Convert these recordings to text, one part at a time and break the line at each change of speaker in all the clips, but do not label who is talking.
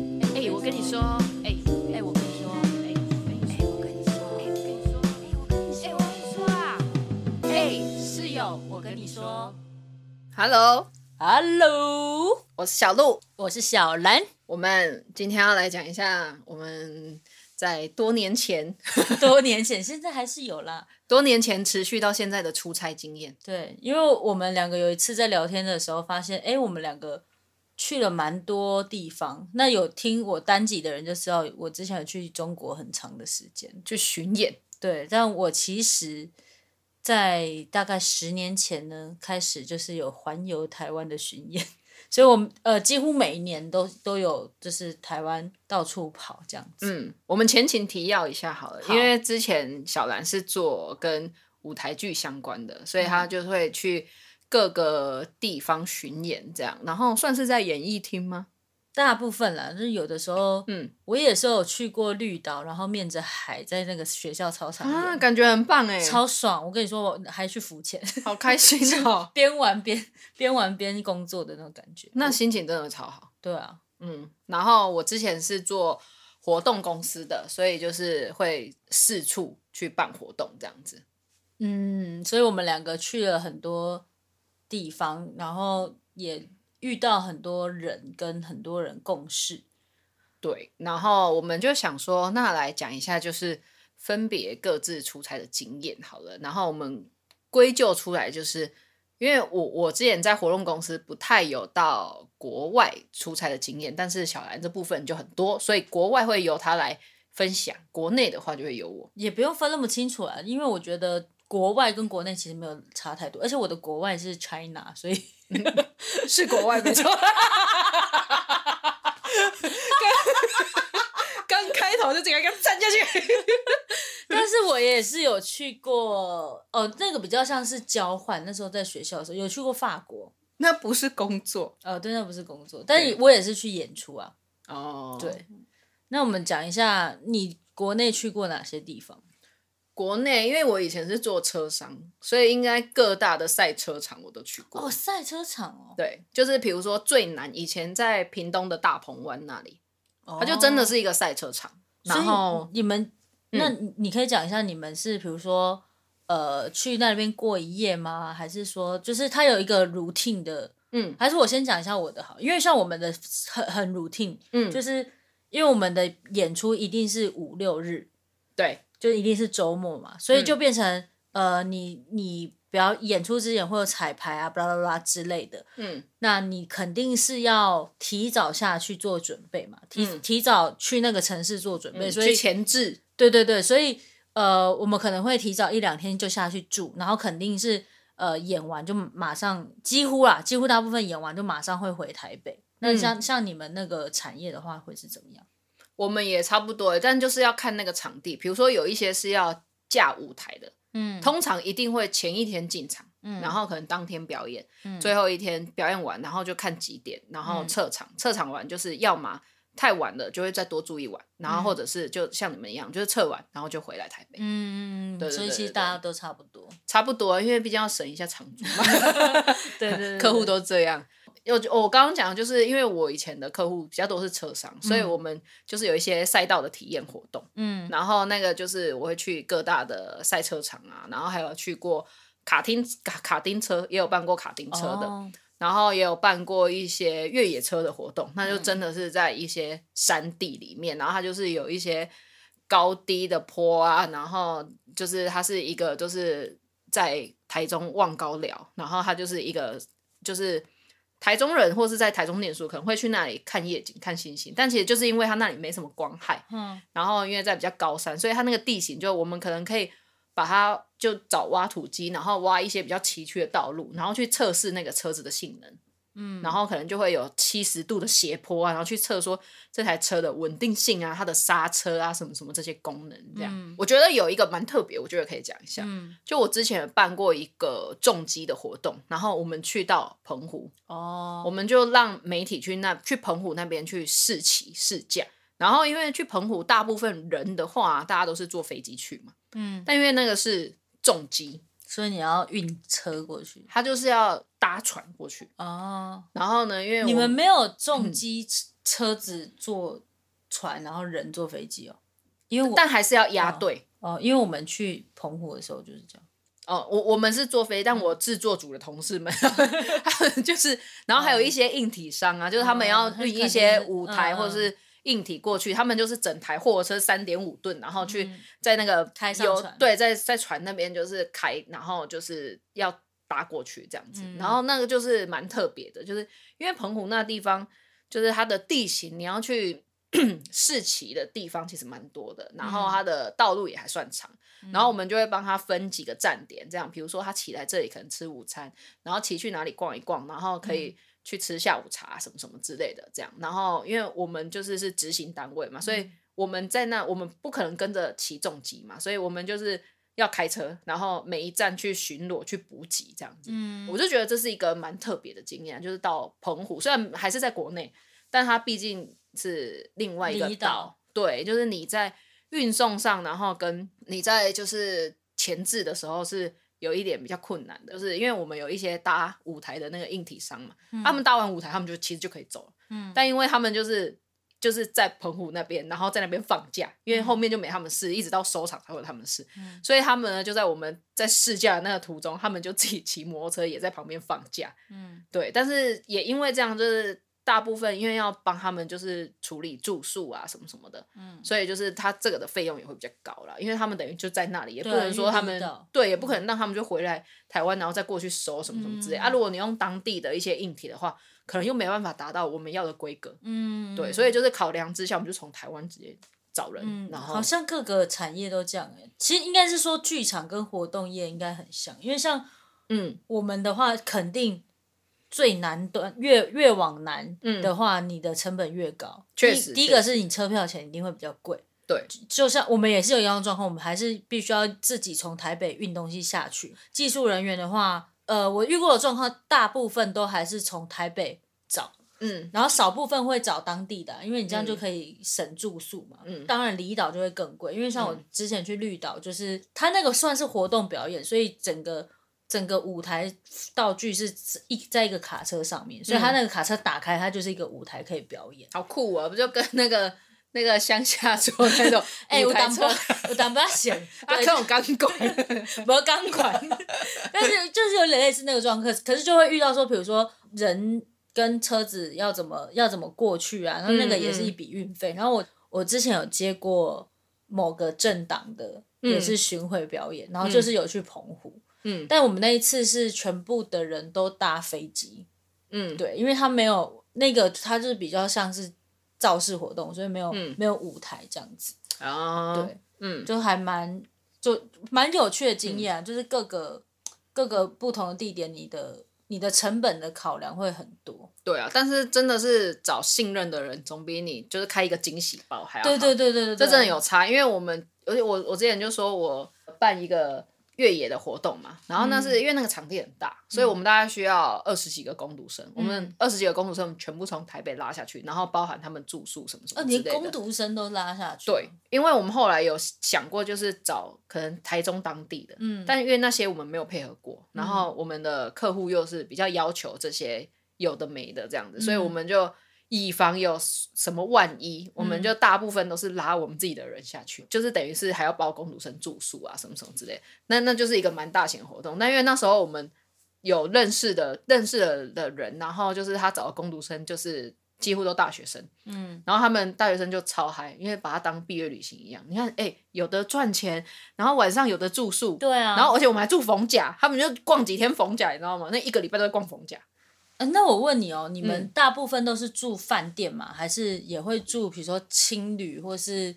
跟你说，哎、哎、我跟你说，哎、哎、哎，我跟你说，哎、我跟你说，哎、我跟你说，哎、我跟你说啊，哎、室友，我跟你说
Hello，
，Hello，
我是小鹿。
我是小兰，
我们今天要来讲一下我们在多年前、
多年前，现在还是有啦。
多年前持续到现在的出差经验。
对，因为我们两个有一次在聊天的时候发现，哎，我们两个去了蛮多地方。那有听我单集的人就知道，我之前有去中国很长的时间。
去巡演，
对，但我其实，在大概十年前呢，开始就是有环游台湾的巡演， 所以我们呃几乎每一年都都有就是台湾到处跑这样子。
嗯，我们前情提要一下好了，
好
因为之前小兰是做跟舞台剧相关的，所以她就会去各个地方巡演，这样，然后算是在演艺厅吗？
大部分啦，就是有的时候，
嗯，
我也是有去过绿岛，然后面着海在那个学校操场演
啊，感觉很棒哎，
超爽！我跟你说，我还去浮潜，，
好开心哦
边玩边边玩边工作的那种感觉。
那心情真的超好。
对啊，
嗯，然后我之前是做活动公司的，所以就是会四处去办活动这样子。
嗯，所以我们两个去了很多地方，然后也遇到很多人，跟很多人共事。
对，然后我们就想说，那来讲一下就是分别各自出差的经验好了。然后我们归咎出来，就是因为我我之前在活动公司不太有到国外出差的经验，但是小兰这部分就很多，所以国外会由她来分享，国内的话就会由我。
也不用分那么清楚啊，因为我觉得国外跟国内其实没有差太多，而且我的国外是 China，所 以
是国外没错。 刚开头就整个给他站下去。
但是我也是有去过，哦，那个比较像是交换，那时候在学校的时候有去过法国，
那不是工作
哦，对，那不是工作，但
对
我也是去演出啊。
哦对，
对，那我们讲一下你国内去过哪些地方？
国内因为我以前是做车商，所以应该各大的赛车场我都去过。
哦，赛车场
对，就是比如说最南，以前在屏东的大鹏湾那里，
哦，
它就真的
是。
是一个赛车场。
所
然
以
后嗯
你们，那你你可以讲一下你们是比如说呃去那边过一夜吗？还是说就是它有一个 routine 的？
嗯
还是我先讲一下我的好，因为像我们的很很 routine，
嗯，
就是因为我们的演出一定是五六日，
对，
就一定是周末嘛，所以
嗯
就变成、呃，你你不要演出之前会有彩排啊，巴拉巴拉之类的，
嗯
那你肯定是要提早下去做准备嘛，提、
嗯
提早去那个城市做准备，
嗯，
所
去
以
前置，
对对对，所以呃，我们可能会提早一两天就下去住，然后肯定是呃演完就马上，几乎啦，几乎大部分演完就马上会回台北。那像、像你们那个产业的话，会是怎么样？
我们也差不多，但就是要看那个场地，比如说有一些是要架舞台的，
嗯
通常一定会前一天进场，
嗯
然后可能当天表演，
嗯
最后一天表演完，然后就看几点，然后
嗯
撤场。撤场完就是要么太晚了就会再多住一晚，然后或者是就像你们一样，就是撤完然后就回来台北，
嗯，
对对
所以
对
其实
对
大家都差不多。
差不多，因为毕竟要省一下场租嘛，
对对 对，
客户
对
都这样。我我刚刚讲，就是因为我以前的客户比较多是车商，所以我们就是有一些赛道的体验活动。
嗯
然后那个就是我会去各大的赛车场啊，然后还有去过卡丁卡卡丁车，也有办过卡丁车的，
哦
然后也有办过一些越野车的活动，那就真的是在一些山地里面，然后它就是有一些高低的坡啊，然后就是它是一个就是在台中望高寮，然后它就是一个就是。台中人或是在台中念书，可能会去那里看夜景、看星星，但其实就是因为它那里没什么光害，
嗯
然后因为在比较高山，所以它那个地形就我们可能可以把它就找挖土机，然后挖一些比较崎岖的道路，然后去测试那个车子的性能，
嗯，
然后可能就会有七十度的斜坡啊，然后去测说这台车的稳定性啊、它的刹车啊什么什么这些功能，这样、
嗯
我觉得有一个蛮特别，我觉得可以讲一下。
嗯
就我之前有办过一个重机的活动，然后我们去到澎湖，我
哦，
们就让媒体去那去澎湖那边去试骑试驾。然后因为去澎湖大部分人的话，大家都是坐飞机去嘛，
嗯，
但因为那个是重机，
所以你要运车过去
它就是要搭船过去。
哦。
然后呢，因为我
嗯你们没有重机车车子做船，然后人坐飞机哦。因为我
但还是要压队。
哦，因为我们去澎湖的时候就是这样。
哦，我我们是坐飞，
嗯
但我制作组的同事 们，他们就是，然后还有一些硬体商啊，就是他们要
嗯
运一
他
些
肯定是
舞台
嗯
或者是硬体过去，他们就是整台货车三点五吨，然后去在那个
嗯开上
游
船
对，在在船那边就是开，然后就是要搭过去这样子，
嗯
然后那个就是蛮特别的，就是因为澎湖那地方就是它的地形，你要去 市骑的地方其实蛮多的，然
嗯
后它的道路也还算长。然后我们就会帮他分几个站点，这样，比如说他骑来这里可能吃午餐，然后骑去哪里逛一逛，然后可以去吃下午茶什么什么之类的，这样。然后因为我们就是是执行单位嘛，所
嗯
以我们在那我们不可能跟着骑重机嘛，所以我们就是要开车，然后每一站去巡逻去补给这样子。
嗯
我就觉得这是一个蛮特别的经验，就是到澎湖，虽然还是在国内，但它毕竟是另外一个
离
岛，
岛
对，就是你在运送上，然后跟你在就是前置的时候是有一点比较困难的，就是因为我们有一些搭舞台的那个硬体商嘛，他们搭完舞台，他们就其实就可以走了，
嗯
但因为他们就是。就是在澎湖那边，然后在那边放假，因
嗯
为后面就没他们事，一直到收场才会有他们事。所以他们呢就在我们在试驾的那个途中，他们就自己骑摩托车也在旁边放假。
嗯
对，但是也因为这样，就是大部分因为要帮他们就是处理住宿啊什么什么的，
嗯
所以就是他这个的费用也会比较高啦，因为他们等于就在那里，也不
对啊
能说他们
因为不知道嗯
对，也不可能让他们就回来台湾，然后再过去收什么什么之类、啊。
嗯
如果你用当地的一些硬体的话，可能又没办法达到我们要的规格。
嗯，
对，所以就是考量之下，我们就从台湾直接找人，
嗯，
然后
好像各个产业都这样哎、其实应该是说剧场跟活动业应该很像，因为像
嗯
我们的话，肯定最南端越越往南
嗯
的话，你的成本越高。
确
第
实
第一
确
个是你车票钱一定会比较贵。
对
就，就像我们也是有一样的状况，我们还是必须要自己从台北运东西下去。技术人员的话，呃，我遇过的状况，大部分都还是从台北找。
嗯
然后少部分会找当地的啊，因为你这样
嗯
就可以省住宿嘛。
嗯
当然离岛就会更贵，因为像我
嗯
之前去绿岛，就是它那个算是活动表演，所以整个整个舞台道具是一在一个卡车上面，所
嗯
以它那个卡车打开，它就是一个舞台可以表演。
好酷啊！不就跟那个那个乡下做那种
哎、
舞
我
台
当不
车，，
我当不要想，
啊，
对
可种钢管，
没钢 管，但是就是有点类似那个状况，可可是就会遇到说，比如说人跟车子要怎么要怎么过去啊，然后那个也是一笔运
嗯
费。然后我我之前有接过某个政党的也是巡回表演，然后就是有去澎湖，
嗯
但我们那一次是全部的人都搭飞机，
嗯，
对，因为他没有那个，他就是比较像是造势活动，所以没有、
嗯
没有舞台这样子，
啊，
对。
嗯
就还蛮就蛮有趣的经验、啊，就是各个各个不同的地点，你的你的成本的考量会很多。
对啊，但是真的是找信任的人，总比你就是开一个惊喜包还要好
对对对对对，
啊这真的有差，因为我们而且我我之前就说我办一个越野的活动嘛，然后那
嗯
是、因为那个场地很大，所以我们大概需要二十几个工读生，我们
嗯
二十几个工读生全部从台北拉下去，然后包含他们住宿什么什
哦，
么之
连
类的。
攻读生都拉下去。
对，，因为我们后来有想过，就是找可能台中当地的，
嗯
但因为那些我们没有配合过，然后我们的客户又是比较要求这些有的没的这样子，所以我们就以防有什么万一，我们就大部分都是拉我们自己的人下去，就是等于是还要包工读生住宿啊什么什么之类的，那那就是一个蛮大型的活动。那因为那时候我们有认识的认识的的人，然后就是他找的工读生就是几乎都大学生，
嗯，
然后他们大学生就超嗨，因为把它当毕业旅行一样。你看，哎、有的赚钱，然后晚上有的住宿，
对啊。
然后而且我们还住逢甲，他们就逛几天逢甲，你知道吗？那一个礼拜都在逛逢甲。
呃那我问你哦，你
嗯
们大部分都是住饭店吗？还是也会住，比如说青旅，或是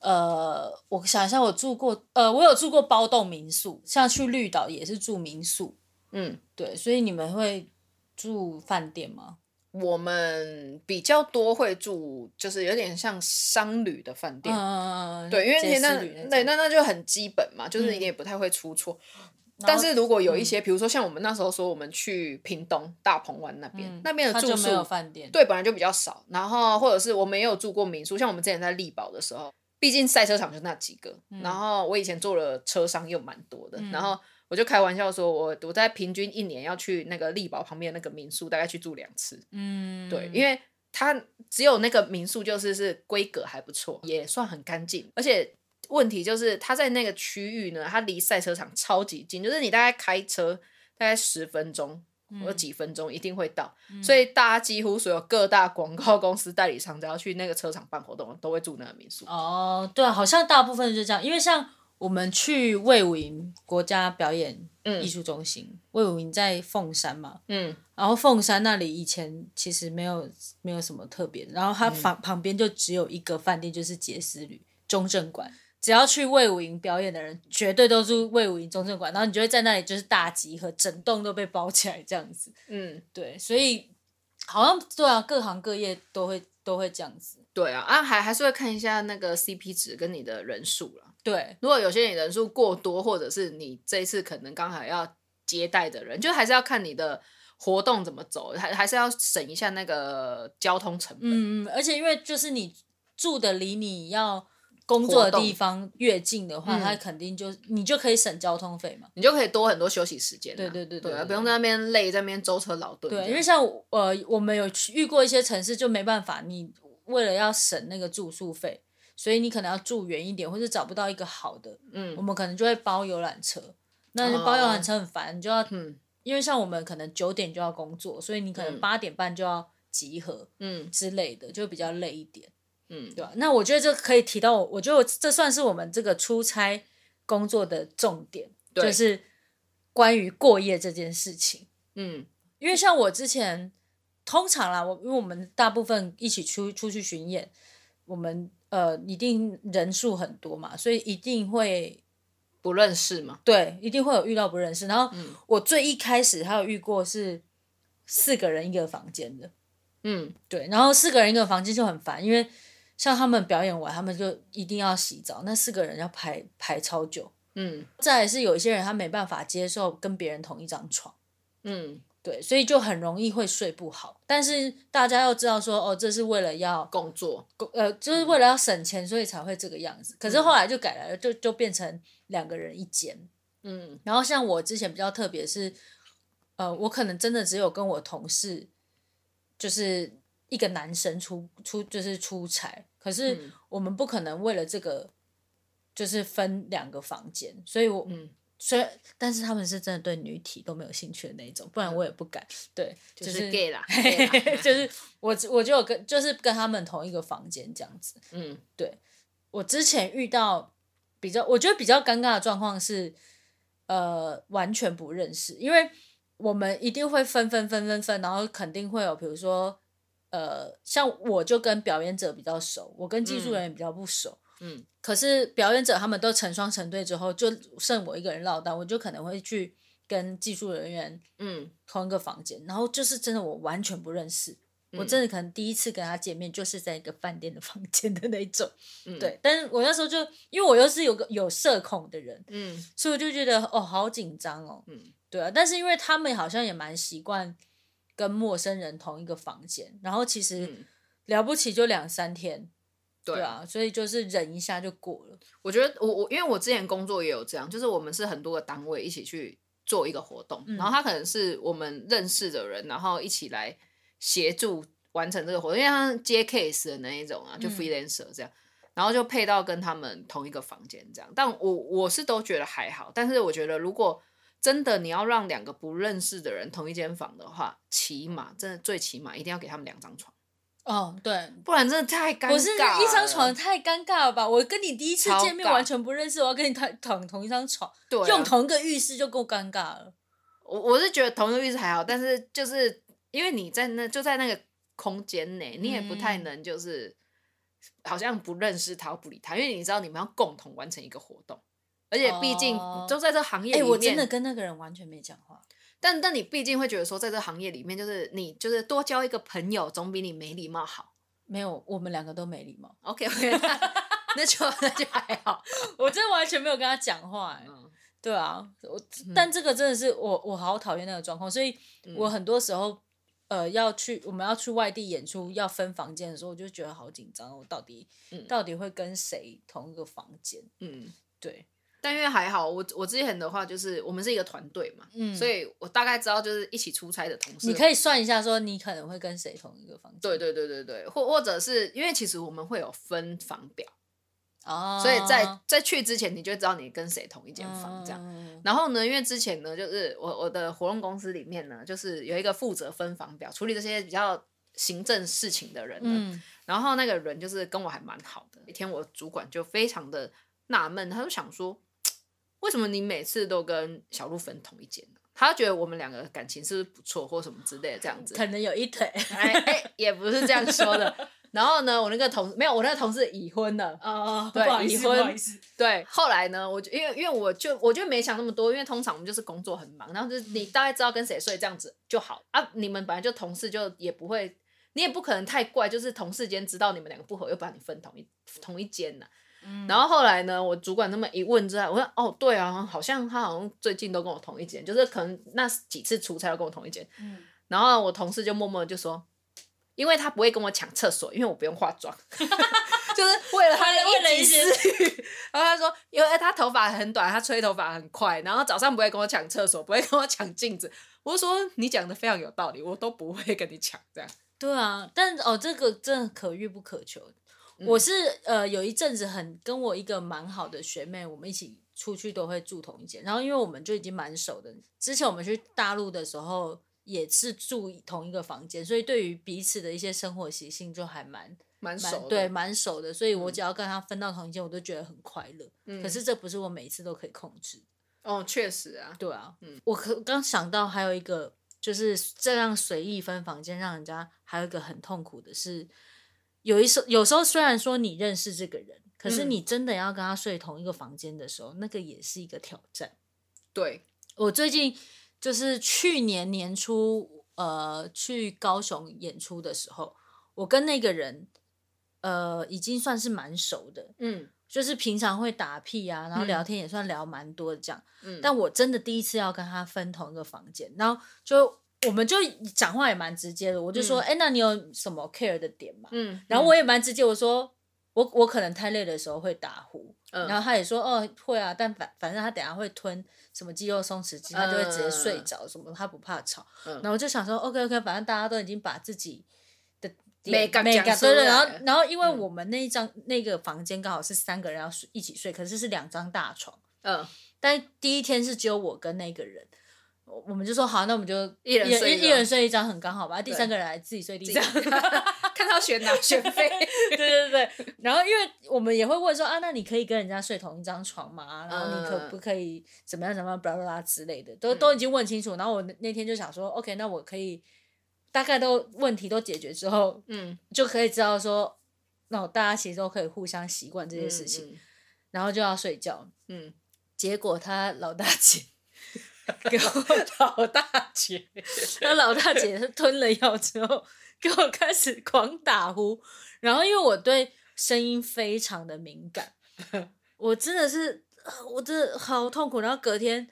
呃，我想一下，我住过，呃，我有住过包栋民宿，像去绿岛也是住民宿，
嗯，
对，所以你们会住饭店吗？
我们比较多会住，就是有点像商旅的饭店。
嗯，
对，因为
杰
你
斯
那
旅
对
种
那那就很基本嘛，就是
嗯
你也不太会出错。
然后
但是如果有一些，比如说像我们那时候说我们去屏东大鹏湾那边，
嗯
那边的
它
住
就
宿
没有饭店，
对，本来就比较少。然后或者是我们也有住过民宿，像我们之前在力宝的时候，毕竟赛车场就那几个。然后我以前做了车商又蛮多的，然后我就开玩笑说我，我在平均一年要去那个力宝旁边那个民宿，大概去住两次。
嗯，
对，因为它只有那个民宿就是是规格还不错，也算很干净，而且。问题就是它在那个区域呢，它离赛车场超级近，就是你大概开车大概十分钟或
嗯
者几分钟一定会到，所以大家几乎所有各大广告公司、代理商只要去那个车场办活动，都会住那个民宿。
哦，对啊，好像大部分就这样，因为像我们去魏武营国家表演艺术中心，魏武营在凤山嘛，
嗯，
然后凤山那里以前其实没有没有什么特别的，然后它
嗯
旁、旁边就只有一个饭店，就是杰斯旅中正馆。只要去魏武营表演的人，绝对都住魏武营中正馆，然后你就会在那里就是大集合，整栋都被包起来这样子。
嗯，
对，所以好像对啊，各行各业都会都会这样子。
对啊，啊还还是会看一下那个 CP 值跟你的人数啦。
对，
如果有些你人数过多，或者是你这一次可能刚好要接待的人，就还是要看你的活动怎么走，还还是要省一下那个交通成本。
嗯，嗯，而且因为就是你住的离你要工作的地方越近的话，
嗯
它肯定就你就可以省交通费嘛。
你就可以多很多休息时间啊、
对对对
对
对
啊
对
不用在那边累，在那边舟车劳顿这样。
对，因为像我呃，我们有去遇过一些城市就没办法，你为了要省那个住宿费，所以你可能要住远一点，或者找不到一个好的，我
嗯哦
们可能就会包游览车。那包游览车很烦，你就要
嗯
因为像我们可能九点就要工作，所以你可能
嗯
八点半就要集合
嗯
之类的，就比较累一点。
嗯，
对吧、那我觉得这可以提到我，我觉得我这算是我们这个出差工作的重点，
对
就是关于过夜这件事情。
嗯
因为像我之前，通常啦，我因为我们大部分一起出出去巡演，我们呃一定人数很多嘛，所以一定会
不认识嘛。
对，一定会有遇到不认识。然后
嗯
我最一开始还有遇过是四个人一个房间的，
嗯
对，然后四个人一个房间就很烦，因为像他们表演完，他们就一定要洗澡，那四个人要排排超久。
嗯
再来是有一些人他没办法接受跟别人同一张床，
嗯，
对，所以就很容易会睡不好。但是大家要知道说，哦，这是为了要
工作。
呃，就是为了要省钱，所以才会这个样子。可是后来就改了，就就变成两个人一间。
嗯
然后像我之前比较特别是，呃，我可能真的只有跟我同事，就是一个男生出出就是出差，可是
嗯
我们不可能为了这个就是分两个房间，所以我
嗯，
虽然但是他们是真的对女体都没有兴趣的那一种，不然我也不敢。对，
嗯就
就是
是 gay 啊啦 gay 啦
就是我我就有跟就是跟他们同一个房间这样子。
嗯
我之前遇到比较，我觉得比较尴尬的状况是，呃，完全不认识，因为我们一定会分分分分分，然后肯定会有，比如说，呃，像我就跟表演者比较熟，我跟技术人员比较不熟，
嗯
可是表演者他们都成双成对之后，就剩我一个人落单，我就可能会去跟技术人员
嗯
同一个房间，然后就是真的我完全不认识，我
嗯
真的可能第一次跟他见面就是在一个饭店的房间的那一种。
嗯，
对，但是我那时候就因为我又是有个有社恐的人，
嗯
所以我就觉得哦好紧张哦，
嗯
对啊，但是因为他们好像也蛮习惯跟陌生人同一个房间，然后其实
嗯，
了不起就两三天，
对
对。啊，所以就是忍一下就过了，
我觉得我我因为我之前工作也有这样，就是我们是很多个单位一起去做一个活动，
嗯
然后他可能是我们认识的人，然后一起来协助完成这个活动，因为他是接 case 的那一种啊，就
嗯
freelancer 这样。然后就配到跟他们同一个房间这样，但我我是都觉得还好，但是我觉得如果真的你要让两个不认识的人同一间房的话，起码真的最起码一定要给他们两张床，
哦对。
不然真的太尴尬了。欸
不是一张床太尴尬了吧？我跟你第一次
超
见面
尬
完全不认识，我要跟你躺躺同一张床，
对啊、
用同一个浴室就够尴尬了。
我我是觉得同一个浴室还好，但是就是因为你在那就在那个空间内，你也不太
嗯
能就是、好像不认识他不理他，因为你知道你们要共同完成一个活动，而且毕竟
哦
都在这行业
哎、
里面，
我真的跟那个人完全没讲话。
但但你毕竟会觉得说，在这行业里面，就是你就是多交一个朋友，总比你没礼貌好。
没有，我们两个都没礼 貌。
OK OK，那就那就还 好，
我真的完全没有跟他讲话、哎
嗯
对啊，我但这个真的是我我好讨厌那个状况，所以
嗯
我很多时候呃要去我们要去外地演出要分房间的时候，我就觉得好紧张哦，我到底、
嗯
到底会跟谁同一个房间？
嗯。
对，
但因为还好，我我之前的话就是我们是一个团队嘛，
嗯
所以我大概知道就是一起出差的同事，
你可以算一下，说你可能会跟谁同一个房间？
对对对对对，或或者是因为其实我们会有分房表，
哦，嗯
所以在在去之前你就知道你跟谁同一间房这样。
样。
然后呢，因为之前呢，就是我我的活动公司里面呢，就是有一个负责分房表、处理这些比较行政事情的人呢，
嗯，
然后那个人就是跟我还蛮好的。一天我主管就非常的纳闷，他就想说，为什么你每次都跟小鹿分同一间呢、他觉得我们两个感情是不是不错，或什么之类的这样子。
可能有一腿。
哎哎，也不是这样说的。 然后呢，我那个同事没有，我那个同事已婚了。
哦，
对
不好意
已
思，
婚
不好意思。
对，后来呢，我就因为因为我就我就没想那么多，因为通常我们就是工作很忙，然后就是你大概知道跟谁睡这样子就好啊。你们本来就同事，就也不会，你也不可能太怪，就是同事间知道你们两个不合，又把你分同一同一间呐、
嗯
然后后来呢，我主管那么一问之后，我说哦，对啊，好像他好像最近都跟我同一间，就是可能那几次出差都跟我同一间。
嗯
然后我同事就默默地就说，因为他不会跟我抢厕所，因为我不用化妆，就是为了他
为了
的一
一
己
些
私欲。然后他说，因为他头发很短，他吹头发很快，然后早上不会跟我抢厕所，不会跟我抢镜子。我就说你讲的非常有道理，我都不会跟你抢这样。
对啊，但哦，这个真的可遇不可求。
嗯
我是呃有一阵子很跟我一个蛮好的学妹，我们一起出去都会住同一间，然后因为我们就已经蛮熟的，之前我们去大陆的时候也是住同一个房间，所以对于彼此的一些生活习性就还蛮
蛮熟
蛮
的，
对蛮熟的，所以我
嗯
只要跟她分到同一间，我都觉得很快乐。
嗯
可是这不是我每次都可以控制的
哦，确实啊，
对啊，
嗯
我可刚想到还有一个，就是这样随意分房间，让人家还有一个很痛苦的是，有一时候有时候虽然说你认识这个人，可是
嗯
你真的要跟他睡同一个房间的时候，那个也是一个挑战。
对，
我最近就是去年年初，呃，去高雄演出的时候，我跟那个人，呃，已经算是蛮熟的，
嗯
就是平常会打屁啊，然
嗯
后聊天也算聊蛮多的这样。
嗯，
但我真的第一次要跟他分同一个房间，然后就我们就讲话也蛮直接的，我就说，
嗯
哎、那你有什么 care 的点吗？
嗯，
然后我也蛮直接，我说我我可能太累的时候会打呼，
嗯
然后他也说哦会啊，但反反正他等下会吞什么肌肉松弛剂，他就会直接睡着，什么他不怕吵。
嗯
然后我就想说 OK OK，反正大家都已经把自己的点
美感
美
讲
感
出
对
来
对，然后
了
然后因为
嗯
我们那一张、那个房间刚好是三个人要睡一起睡，可是是两张大床。
嗯
但第一天是只有我跟那个人，我我们就说好，那我们就
一人睡一
一
张
一人睡一张，很刚好吧？第三个人来自己睡第
自
一
己
张，
看到选哪选非，
对对对。对然后因为我们也会问说啊，那你可以跟人家睡同一张床吗？然后你可
嗯
不可以怎么样怎么样，巴拉巴拉之类的，都都已经问清楚。然后我那那天就想说，OK，那我可以大概都问题都解决之后，
嗯，
就可以知道说，那大家其实都可以互相习惯这
这
些事情，，然后就要睡觉。
嗯，
结果他老大姐。
给我老大姐，
那老大姐是吞了药之后，给我开始狂打呼，然后因为我对声音非常的敏感，我真的是，呃我真的好痛苦。然后隔天，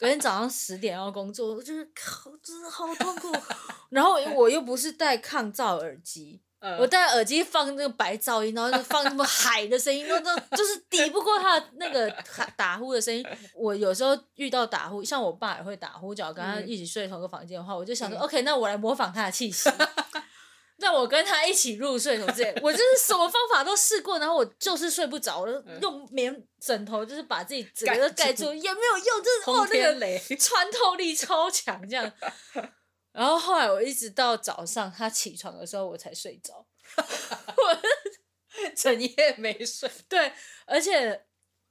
隔天早上十点要工作，我就是靠，真的好痛苦。 然后我又不是戴抗噪耳机，
嗯
我戴耳机放那个白噪音，然后就放什么海的声音，都都就是抵不过他的那个打呼的声音。我有时候遇到打呼，像我爸也会打呼，只要跟他一起睡同一个房间的话，我就想说、
嗯
o k 那我来模仿他的气息。那我跟他一起入睡什么之类的，我就是什么方法都试过，然后我就是睡不着，我就
嗯
用棉枕头就是把自己整个都
盖
盖
住
住，也没有用，就是
轰
哦那
天
个
雷，
穿透力超强这样。然后后来我一直到早上他起床的时候我才睡着，
整夜没睡，
对，而且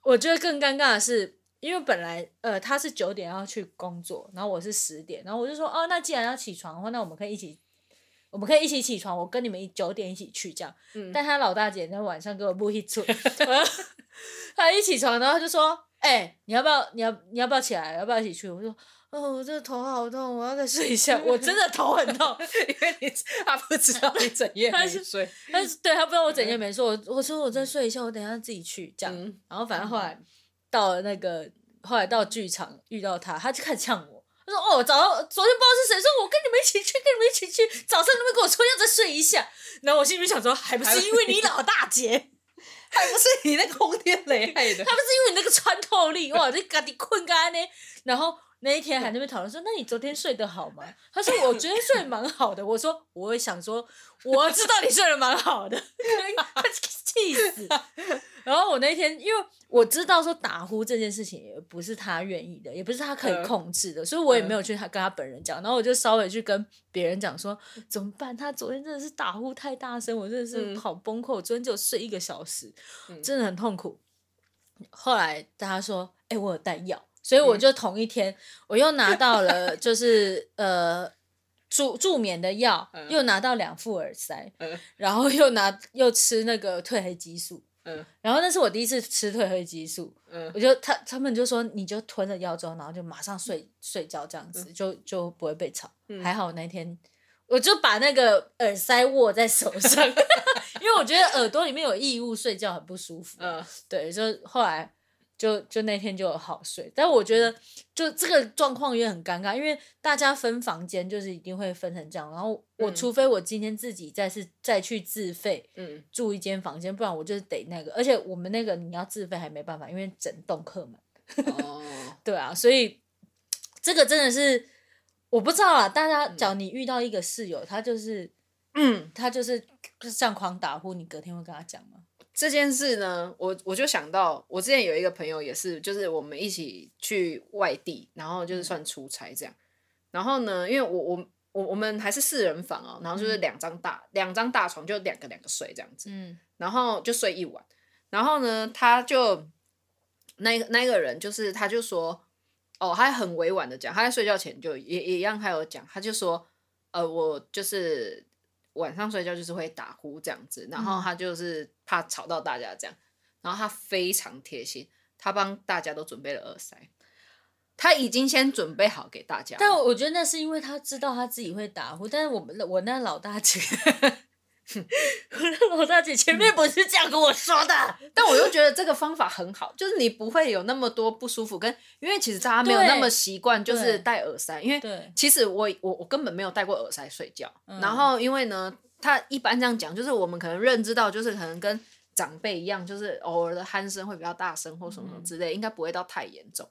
我觉得更尴尬的是，因为本来呃他是九点要去工作，然后我是十点，然后我就说哦，那既然要起床的话，那我们可以一起，我们可以一起起床，我跟你们一九点一起去这样。
嗯
但他老大姐那晚上给我不一准， 他一起床，然后就说：“哎、你要不要？你要你要不要起来？要不要一起去？”我说。哦，我这个头好痛，我要再睡一下。我真的头很 痛，
因为你他不知道你整 夜没睡，
但是对他不知道我整夜没睡，我我说我再睡一下，我等一下自己去这样。
嗯
然后反正后来到了那个，后来到剧场遇到他，他就开始呛我，他说：“哦，早上昨天不知道是谁说我跟你们一起去，跟你们一起去，早上你们跟我说要再睡一下。”然后我心里面想说，还不是因为你老大姐，
还不是 你那个轰天雷害的
他。们是因为你那个穿透力，哇，这嘎你困干呢。然后那一天还在那边讨论说，那你昨天睡得好吗？他说我昨天睡得蛮好的。我说我也想说，我知道你睡得蛮好的， 气死。然后我那天因为我知道说打呼这件事情也不是他愿意的，也不是他可以控制的，所以我也没有去他跟他本人讲。然后我就稍微去跟别人讲说怎么办？他昨天真的是打呼太大声，我真的是
嗯
好崩溃。我昨天只有睡一个小时，
嗯
真的很痛苦。后来大家说，哎、我有带药，所以
嗯
我就同一天，我又拿到了就是呃助助眠的药，
嗯
又拿到两副耳塞，
嗯
然后又拿又吃那个褪黑激素。
嗯
然后那是我第一次吃褪黑激素，
嗯
我就他他们就说你就吞了药之后，然后就马上睡睡觉这样子，就就不会被吵。
嗯
还好那天我就把那个耳塞握在手上， 因为我觉得耳朵里面有异物，睡觉很不舒服。
嗯
对，就后来就就那天就有好睡，但我觉得
嗯
就这个状况也很尴尬，因为大家分房间就是一定会分成这样，然后我
嗯
除非我今天自己再是再去自费
嗯
住一间房间，不然我就是得那个，而且我们那个你要自费还没办法，因为整栋客满，
哦，
对啊，所以这个真的是我不知道啊，大家讲你遇到一个室友，他就是
嗯，
他就是像狂打呼，你隔天会跟他讲吗？
这件事呢，我我就想到，我之前有一个朋友也是，就是我们一起去外地，然后就是算出差这样。然后呢，因为我我我我们还是四人房哦，然后就是
嗯
两张大两张大床，就两个两个睡这样子。
嗯
然后就睡一晚。然后呢，他就那那一个人就是他就说，哦，他很委婉的讲，他在睡觉前就也也一样，他有讲，他就说，呃，我就是晚上睡觉就是会打呼这样子，然后
嗯
他就是怕吵到大家这样，然后他非常贴心，他帮大家都准备了耳塞。他已经先准备好给大家了，
但我觉得那是因为他知道他自己会打呼，但是我们我那老大姐， 我那老大姐前
嗯
面不是这样跟我说 的，
但我又觉得这个方法很好，就是你不会有那么多不舒服，跟因为其实大家没有
对
那么习惯，就是
对
戴耳塞，因为
对
其实我我我根本没有戴过耳塞睡觉。
嗯
然后因为呢，他一般这样讲，就是我们可能认知到，就是可能跟长辈一样，就是偶尔的鼾声会比较大声或什么什么
嗯
之类，应该不会到太严重。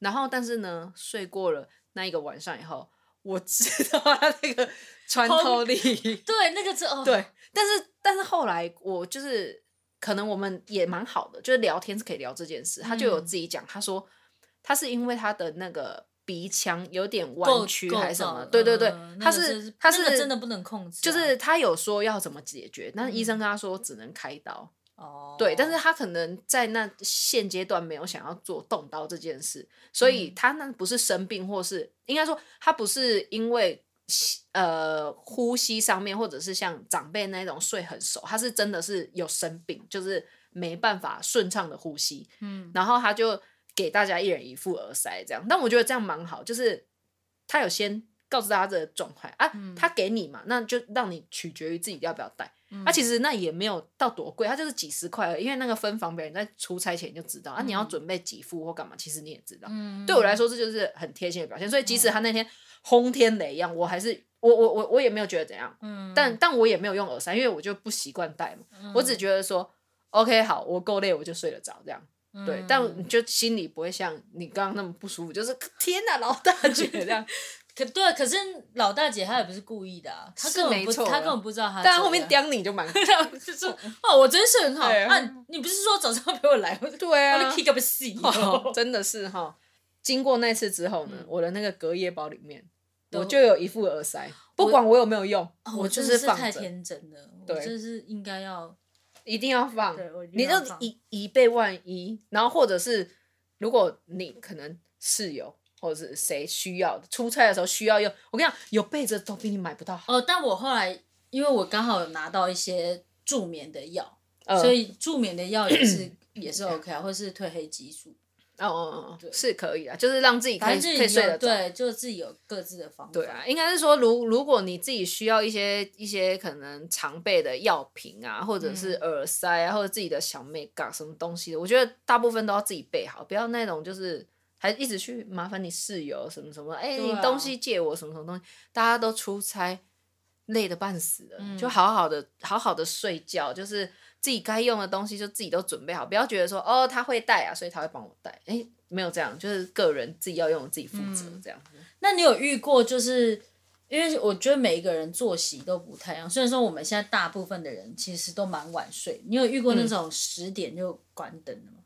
然后但是呢，睡过了那一个晚上以后，我知道他那个穿透力。
对，那个是哦，
对，但是但是后来我就是可能我们也蛮好的，就是聊天是可以聊这件事。他就有
嗯
自己讲，他说他是因为他的那个鼻腔有点
构
弯曲
构
还是什
造
么，
了
对对对，
嗯
他
那个
是、
是
他
那
是
个真的不能控制啊、
就是他有说要怎么解决，但是医
嗯
生跟他说只能开刀。
哦，
对，但是他可能在那现阶段没有想要做动刀这件事，所以
嗯
他那不是生病，或是应该说他不是因为吸呃呼吸上面，或者是像长辈那种睡很熟，他是真的是有生病，就是没办法顺畅的呼吸，
嗯
然后他就给大家一人一副耳塞这样，但我觉得这样蛮好，就是他有先告诉大家这个状态啊，
嗯
他给你嘛，那就让你取决于自己要不要戴。
嗯
啊，其实那也没有到多贵，它就是几十块而已。因为那个分房表，你在出差前就知道，啊，你要
嗯
准备几副或干嘛，其实你也知道。
嗯
对我来说，这就是很贴心的表现。所以即使他那天轰天雷一样，我还是我我我我也没有觉得怎样，
嗯，
但但我也没有用耳塞，因为我就不习惯戴嘛。
嗯
我只觉得说，OK，好，我够累，我就睡得着这样。对，
嗯
但你就心里不会像你刚刚那么不舒服，就是天哪，老 大姐这样。
可对，可是老大姐她也不是故意的啊，她
是
根本
没
不，
错
她
啦
根本不知道她这样，
但后面刁你就蛮
就说哦，我真是很好
对
啊，你不是说早上陪我来，我就
对
我
啊
就 kick up 戏，
哦，真的是哈、经过那次之后呢，我的那个隔夜包里面，
嗯都
我就有一副耳塞，不管我有没有用，
哦
我就
真的是
放
太
着，
天真了，我
对
真的是应该要
一定要放。
对我一定
你就
要放
以以备万一，然后或者是如果你可能室友或者是谁需要出差的时候需要用，我跟你讲，有备着都比你买不到好。
哦。但我后来因为我刚好有拿到一些助眠的药，
呃
所以助眠的药也 是也是 OK 啊，或是褪黑激素，
哦哦哦
对
哦，是可以啊，就是让自己可
反
以
正自
可以
己
睡
有
得着。
对，就自己有各自的方法。
对啊，应该是说，如如果你自己需要一些一些可能常备的药品啊，或者是
嗯
耳塞啊，或者自己的小妹嘎什么东西的，我觉得大部分都要自己备好，不要那种就是还一直去麻烦你室友什么什么，哎、
对啊
你东西借我什么什么东西，大家都出差，累得半死了，
嗯
就好好的好好的睡觉，就是自己该用的东西就自己都准备好，不要觉得说哦他会带啊，所以他会帮我带，哎、没有这样，就是个人自己要用自己负责
嗯
这样。
那你有遇过就是？因为我觉得每一个人作息都不太一样，虽然说我们现在大部分的人其实都蛮晚睡。你有遇过那种十点就关灯的吗？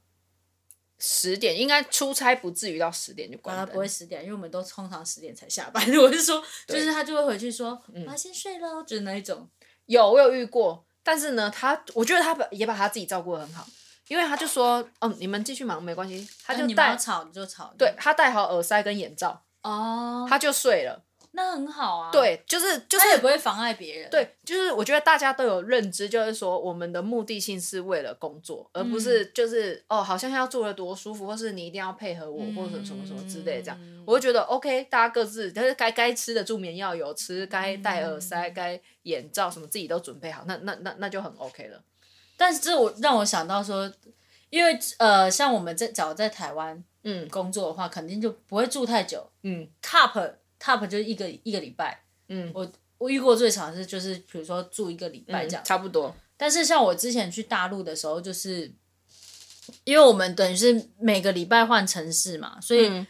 十点应该出差不至于到十点就关
他
灯，
啊不会十点，因为我们都通常十点才下班。 我是说，就是他就会回去说：“我要先睡喽。”就是那一种。
有，我有遇过，但是呢，他我觉得他把也把他自己照顾的很好，因为他就说，嗯，你们继续忙没关系，他
那
就
你们要
戴，
吵你就吵。
对他戴好耳塞跟眼罩，
哦，
他就睡了。
那很好啊。，
对，就是就是
他也不会妨碍别人。，
对，就是我觉得大家都有认知，就是说我们的目的性是为了工作，而不是就是、哦，好像要做的多舒服，或是你一定要配合我，或者什么什么之类这样。我就觉得 OK，大家各自，但是该该吃的助眠药有吃，该戴耳塞、该眼罩什么自己都准备好，那那那那就很 OK 了。
但是这我让我想到说，因为呃，像我们在早在台湾
嗯
工作的话，肯定就不会住太久。
嗯
top top 就是一个一个礼拜。
嗯，
我我遇过最长是就是比如说住一个礼拜
嗯
这样。
差不多。
但是像我之前去大陆的时候，就是因为我们等于是每个礼拜换城市嘛，所以
嗯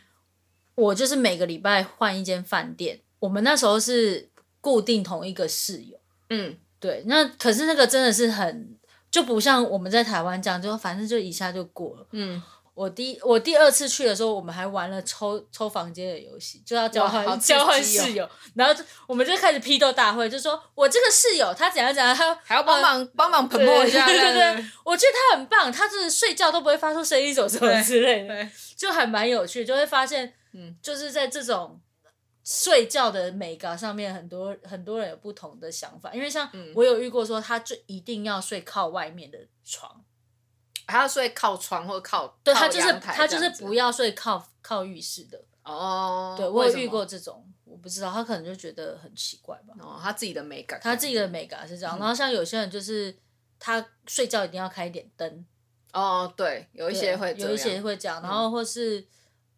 我就是每个礼拜换一间饭店。我们那时候是固定同一个室友，
嗯，
对，那可是那个真的是很就不像我们在台湾这样，就反正就一下就过了。
嗯，
我第我第二次去的时候，我们还玩了抽抽房间的游戏，就要交
哇好
换
刺激哦
交换室友，然后就我们就开始批斗大会，就说我这个室友他怎样怎样，他
还要帮忙帮忙捧
对
墨一下，
对对
这样
对
子，
我觉得他很棒，他就是睡觉都不会发出声音，什么什么之类的
对，
就还蛮有趣，就会发现，
嗯
就是在这种睡觉的美感上面，很多很多人有不同的想法，因为像
嗯
我有遇过说，他就一定要睡靠外面的床，
还要睡靠窗或靠
对
靠
他就是
阳台
他
这
就是
样子
不要睡靠靠浴室的，
哦，
对我
为
有
什
遇
么
过这种，我不知道他可能就觉得很奇怪吧，
哦，他自己的美感，
他自己的美感是
嗯
这样，然后像有些人就是他睡觉一定要开一点灯。
哦，对，有一
对
些会这
有一些
样哦嗯
会这样，然后或是、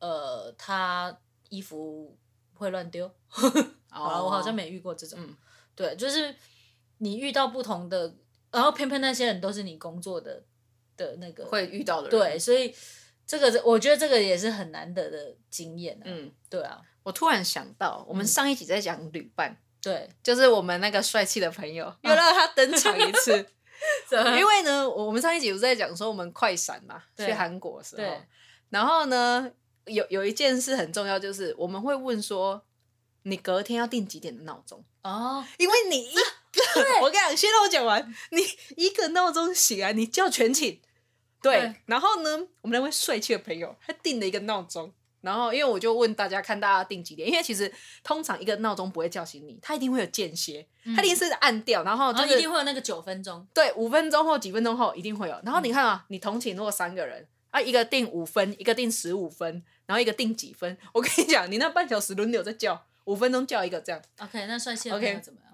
呃，他衣服会乱丢。 好了，
哦，
我好像没遇过这种。
嗯
对，就是你遇到不同的，然后偏偏那些人都是你工作的的那个
会遇到的人，
对，，所以这个是我觉得这个也是很难得的经验、啊。
嗯，
对啊，
我突然想到，
嗯
我们上一集在讲旅伴，
对，
就是我们那个帅气的朋
啊
友，又让他登场一 次，因
因为
为呢，我我们上一集不是在讲说我们快闪嘛，
嗯对
去韩国的时候
对，
然后呢，有有一件事很重要，就是我们会问说，你隔天要定几点的闹钟？
哦，
因为你 一个，我跟你讲，先让我讲完。你一个闹钟醒来，你叫全寝。对，
对
然后呢，我们那位帅气的朋友他定了一个闹钟，然后因为我就问大家看大家定几点，因为其实通常一个闹钟不会叫醒你，它一定会有间歇，它一定是按掉，然后
然后
就
嗯哦一
是、
定会有那个九分钟。
对五分钟或几分钟后一定会有。然后你看啊，你同寝如果三个人啊，一个定五分，一个定十五分，然后一个定几分，我跟你讲，你那半小时轮流在叫，五分钟叫一个这样。
OK，那帅气的朋
OK
友怎么样？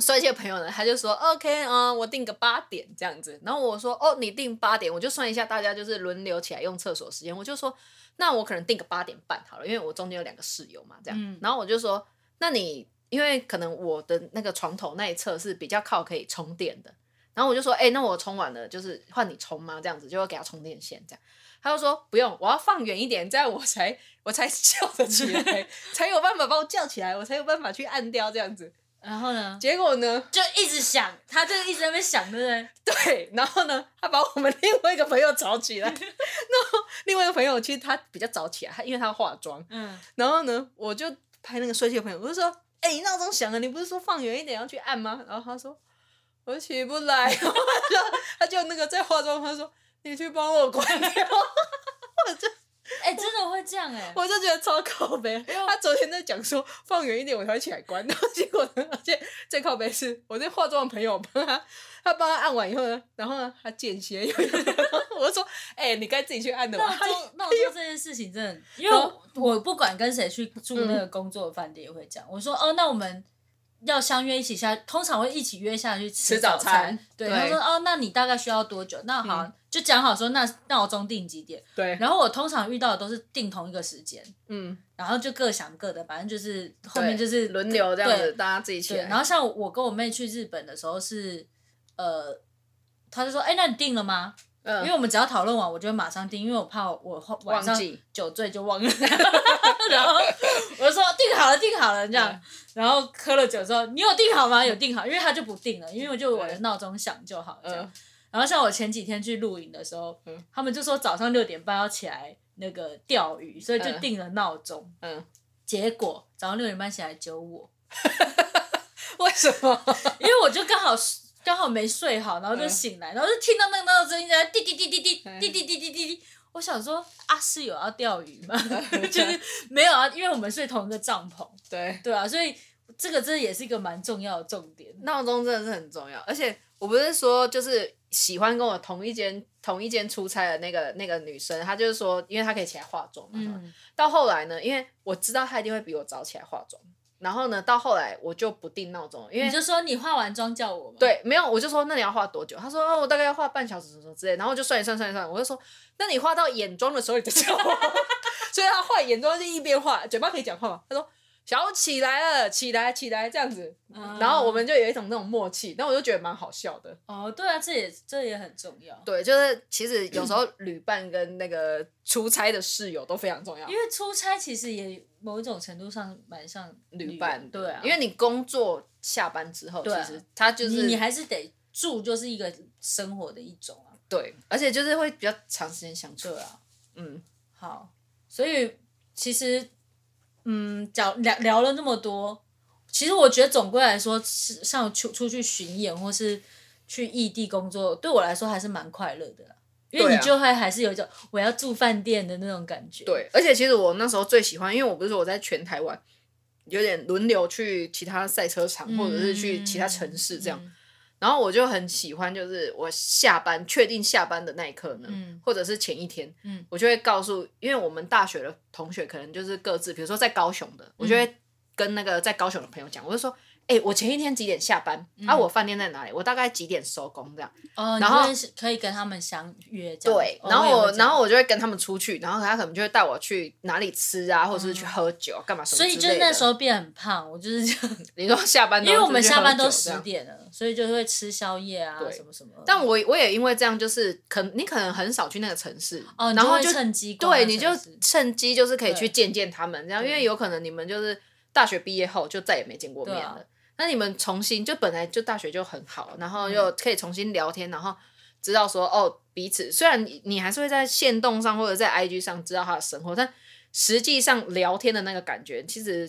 帅气的朋友呢，他就说 OK，嗯，我定个八点这样子。然后我说哦，你定八点，我就算一下大家就是轮流起来用厕所时间。我就说那我可能定个八点半好了，因为我中间有两个室友嘛，这样。
嗯
然后我就说那你因为可能我的那个床头那一侧是比较靠可以充电的，然后我就说哎、那我充完了就是换你充吗？这样子就会给他充电线这样。他就说不用，我要放远一点，这样我才我才叫得起来，才有办法把我叫起来，我才有办法去按掉这样子。
然后呢，
结果呢？
就一直想，他就一直在那边想，对不 对？
对，然后呢，他把我们另外一个朋友吵起来，然后另外一个朋友其实他比较早起来，他因为他化妆，
嗯，
然后呢，我就拍那个帅气的朋友，我就说：“哎、你闹钟响了，你不是说放远一点要去按吗？”然后他说：“我起不来。”然后他就他就那个在化妆，他说：“你去帮我关掉。”
哎、真的会这样哎、
我就觉得超靠背。他昨天在讲说放远一点我才会起来关，然后结果呢，而且最靠背是我那化妆的朋友帮他，他帮他按完以后呢，然后呢他间歇，我就说哎、你该自己去按的
闹
吧。
钟闹钟这件事情真的，因为我我不管跟谁去住那个工作饭店也会讲，我说哦，那我们要相约一起下，通常会一起约下去吃
吃早
餐
餐。
对，
对嗯
他说哦，那你大概需要多久？那好，就讲好说那闹钟定几点。
对，
然后我通常遇到的都是定同一个时间，
嗯，
然后就各想各的，反正就是后
对
面就是
轮流这样
对
子，大家自己起
对，
来。
然后像我跟我妹去日本的时候是，呃，她就说：“哎、那你定了吗？”因为
嗯，
我们只要讨论完，我就会马上定，因为我怕我后晚上
忘记
酒醉就忘了。 然后我就说定好了，定好了这样
对。
然后喝了酒之后，你有定好吗？有定好，因为他就不定了，因为我就我的
对
闹钟响就好这样
嗯。
然后像我前几天去露营的时候，
嗯
他们就说早上六点半要起来那个钓鱼，所以就
嗯
定了闹钟。
嗯，
结果早上六点半起来揪我，
为什么？
因为我就刚好睡刚好没睡好，然后就
嗯
醒来，然后就听到那个闹钟一直在滴滴滴滴滴
嗯
滴滴滴滴滴滴。我想说啊，是有要钓鱼 吗？就是没有啊，因为我们睡同一个帐篷，
对，
对啊，所以这个真的也是一个蛮重要的重点。
闹钟真的是很重要，而且我不是说就是喜欢跟我同一间同一间出差的那个那个女生，她就是说，因为她可以起来化妆嘛。
嗯
到后来呢，因为我知道她一定会比我早起来化妆，然后呢，到后来我就不定闹钟了，因为
你就说你化完妆叫我嘛，，
对，没有，我就说那你要画多久？他说哦，我大概要画半小时什么之类。然后我就算一算算一算，我就说那你画到眼妆的时候你再叫我。 所以他画眼妆就一边画，嘴巴可以讲话嘛。他说小起来了，起来起来这样子。
嗯
然后我们就有一种那种默契，但我就觉得蛮好笑的。
哦，对啊，这也这也很重要，
对，就是其实有时候旅伴跟那个出差的室友都非常重要
因。为出差其实也某一种程度上蛮像
旅
游
伴
对啊，
因为你工作下班之后，其
对啊
实他就
你
是
你还是得住，就是一个生活的一种啊，
对，而且就是会比较长时间相处
对。啊。
嗯，
好，所以其实，嗯，讲聊聊了那么多，其实我觉得总归来说，是像出出去巡演或是去异地工作，对我来说还是蛮快乐的啦。因为
对
你
啊
就会还是有一种我要住饭店的那种感觉。，
对，而且其实我那时候最喜欢，因为我不是说我在全台湾有点轮流去其他赛车场，或者是去其他城市这样。
嗯
然后我就很喜欢，就是我下班确定下班的那一刻呢，
嗯
或者是前一天，
嗯
我就会告诉，因为我们大学的同学可能就是各自，比如说在高雄的，
嗯
我就会跟那个在高雄的朋友讲，我就说。哎、我前一天几点下班？
嗯
啊，我饭店在哪里？我大概几点收工？这样。
哦，
然后
你会是可以跟他们相约这样。
对，
哦
然后
我也
我，
会这样
然后我就会跟他们出去，然后他可能就会带我去哪里吃啊，或者是去喝酒，干嘛什么
嗯所以
之
就
类
是那
的
时候变很胖，我就是 这样，
你说下班都
因为我们
出去喝
下班都
酒这
十
样。
点了，所以就会吃宵夜啊
对
什么什么。
但我我也因为这样，就是可你可能很少去那个城市，
哦，你
然后
会
就
趁机逛
对，
那
你就
城市
趁机就是可以
对
去见见他们，这样，因为有可能你们就是大学毕业后就再也没见过面
对啊
了。那你们重新就本来就大学就很好，然后
嗯
又可以重新聊天，然后知道说哦彼此，虽然你你还是会在线动上或者在 IG 上知道他的生活，但实际上聊天的那个感觉其实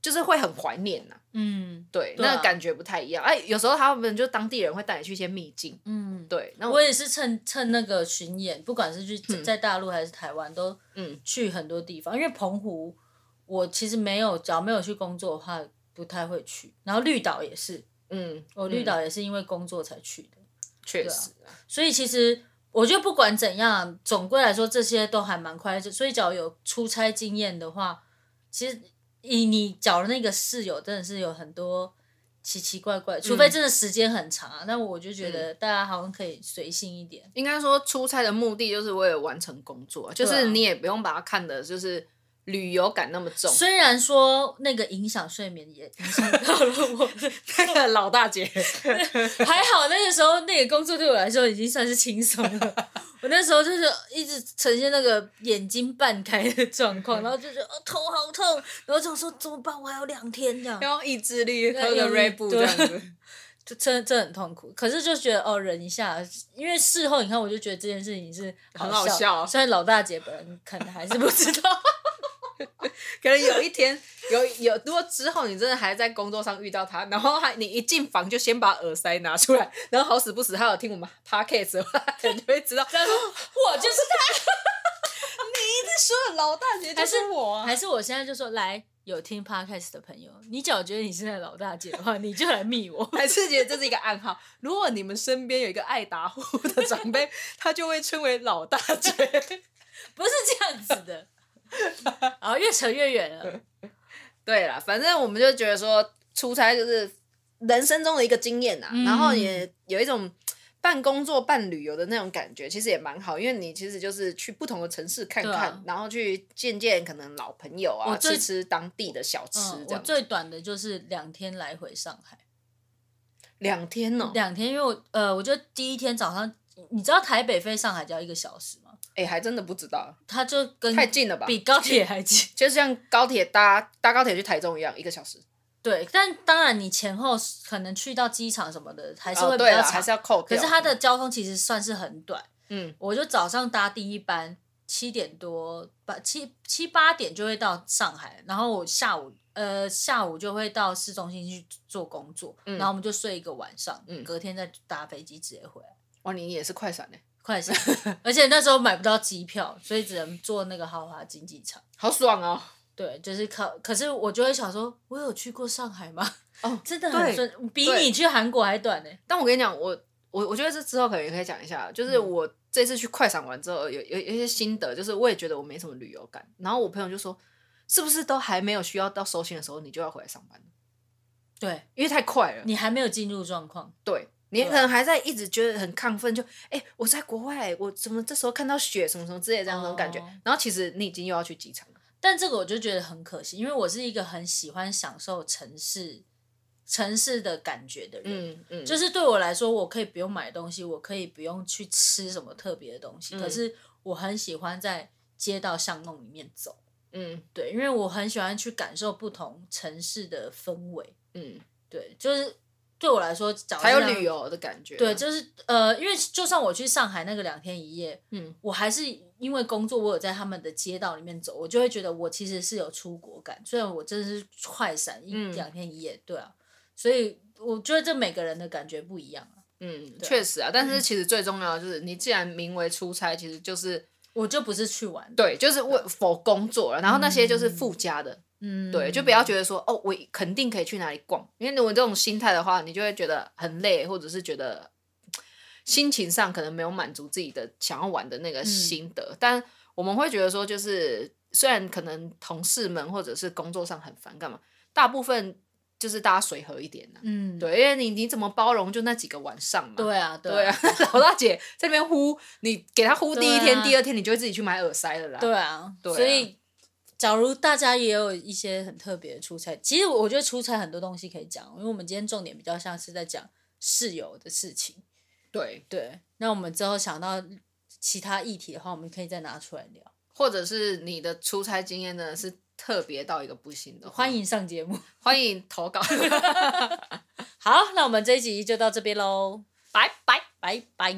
就是会很怀念呐、
嗯
对，
对啊
那个感觉不太一样。哎，有时候他们就当地人会带你去一些秘境，
嗯，
对，那
我也是趁趁那个巡演，不管是去在大陆还是台湾，都
嗯
去很多地方。因为澎湖，我其实没有，只要没有去工作的话，不太会去。然后绿岛也是，
嗯，
我绿岛也是因为工作才去的。
确实啊、
所以其实我觉得不管怎样，总归来说这些都还蛮快乐。所以只要有出差经验的话，其实以你找的那个室友真的是有很多奇奇怪怪，除
嗯
非真的时间很长啊。但我就觉得大家好像可以随性一点。
应该说出差的目的就是为了完成工作啊，就
对啊
是你也不用把它看的就是旅游感那么重。
虽然说那个影响睡眠也影响到了我，
那
啊
个 老大 姐，
还好那个时候那个工作对我来说已经算是轻松 了。我那时候就是一直呈现那个眼睛半开的状况，然后就觉得哦头好痛，然后就想说怎么办，我还有两天这样，
用意志力喝
对
个
用力
Red Bull 这样子，
就真这很痛苦。可是就觉得哦忍一下，因为事后你看我就觉得这件事情是
很好
笑，
笑
虽然老大姐本人可能还是不知道，
可能有一天有有，如果之后你真的还在工作上遇到他，然后还你一进房就先把耳塞拿出来，然后好死不死他有听我们 podcast 的话，可能就会知道哦
但是 我就是
说的老大姐
还
就是是我啊。
哦还是我现在就说来。有听 podcast 的朋友，你只要觉得你现在老大姐的话，你就来密我。
还是觉得这是一个暗号。如果你们身边有一个爱打呼的长辈，他就会称为老大姐。
不是这样子的。然后越扯越远了。嗯
对啦，反正我们就觉得说，出差就是人生中的一个经验呐、
嗯
然后也有一种半工作半旅游的那种感觉，其实也蛮好，因为你其实就是去不同的城市看
对
看，
啊
然后去见见可能老朋友啊，
我最
吃吃当地的小吃
嗯，
这
我
样。
最短的就是两天来回上海，
两天哦、
两天，因为我呃，我觉得第一天早上，你知道台北飞上海只要一个小时吗？
哎、还真的不知道，
它就跟
太近了吧？
比高铁还近。
就像高铁搭搭高铁去台中一样，一个小时。
对，但当然你前后可能去到机场什么的还是会
哦，
比
对
较
了，
长，
还是要扣
可
掉。
是它的交通其实算是很短。
嗯，
我就早上搭第一班，七点多八七七八点就会到上海，然后我下午呃下午就会到市中心去做工作，
嗯
然后我们就睡一个晚上，
嗯
隔天再搭飞机直接回来。
哇，你也是快闪呢、欸
快闪，而且那时候买不到机票，所以只能坐那个豪华经济舱。
好爽哦！
对，就是靠。可是我就会想说，我有去过上海吗？
哦
真的
对
很顺，比你去韩国还短呢、
但我跟你讲，我我我觉得这之后可能也可以讲一下，就是
嗯
我这次去快闪完之后，有有有一些心得，就是我也觉得我没什么旅游感。然后我朋友就说，是不是都还没有需要到收心的时候，你就要回来上班了？
对
因为太快了，
你还没有进入状况，
对你
对啊
可能还在一直觉得很亢奋，就哎、我在国外，我怎么这时候看到雪什么什么之类的这样那种感觉。
哦
然后其实你已经又要去机场了，
但这个我就觉得很可惜，因为我是一个很喜欢享受城市城市的感觉的人。
嗯嗯，
就是对我来说，我可以不用买东西，我可以不用去吃什么特别的东西，
嗯
可是我很喜欢在街道巷弄里面走。
嗯
对，因为我很喜欢去感受不同城市的氛围。
嗯，
对，就是对我来说，假如
还有
是那样
旅，游的感觉，啊
对，就是呃，因为就算我去上海那个两天一夜，
嗯
我还是因为工作，我有在他们的街道里面走，我就会觉得我其实是有出国感。虽然我真的是快闪一、
嗯
两天一夜，对啊，所以我觉得这每个人的感觉不一样啊。
嗯，
对啊
确实啊。但是其实最重要的就是，你既然名为出差，其实就是。
我就不是去玩，
对，就是为否工作了，然后那些就是附加的，
嗯，
对，就不要觉得说哦，我肯定可以去哪里逛，因为如果这种心态的话，你就会觉得很累，或者是觉得嘖心情上可能没有满足自己的想要玩的那个心得，
嗯
但我们会觉得说，就是虽然可能同事们或者是工作上很烦，干嘛，大部分就是大家随和一点呐、
嗯，
对，因为你你怎么包容就那几个晚上嘛，
对啊，
对
啊
啊，， 老大姐在那边呼，你给她呼第一天、
对啊
第二天，你就会自己去买耳塞了啦。
对啊，
对啊
所以假如大家也有一些很特别的出差，其实我觉得出差很多东西可以讲，因为我们今天重点比较像是在讲室友的事情。
对，
对，那我们之后想到其他议题的话，我们可以再拿出来聊。
或者是你的出差经验呢是特别到一个不行的话，
欢迎上节目。
欢迎投稿，
好，那我们这一集就到这边喽，
拜拜。
拜拜。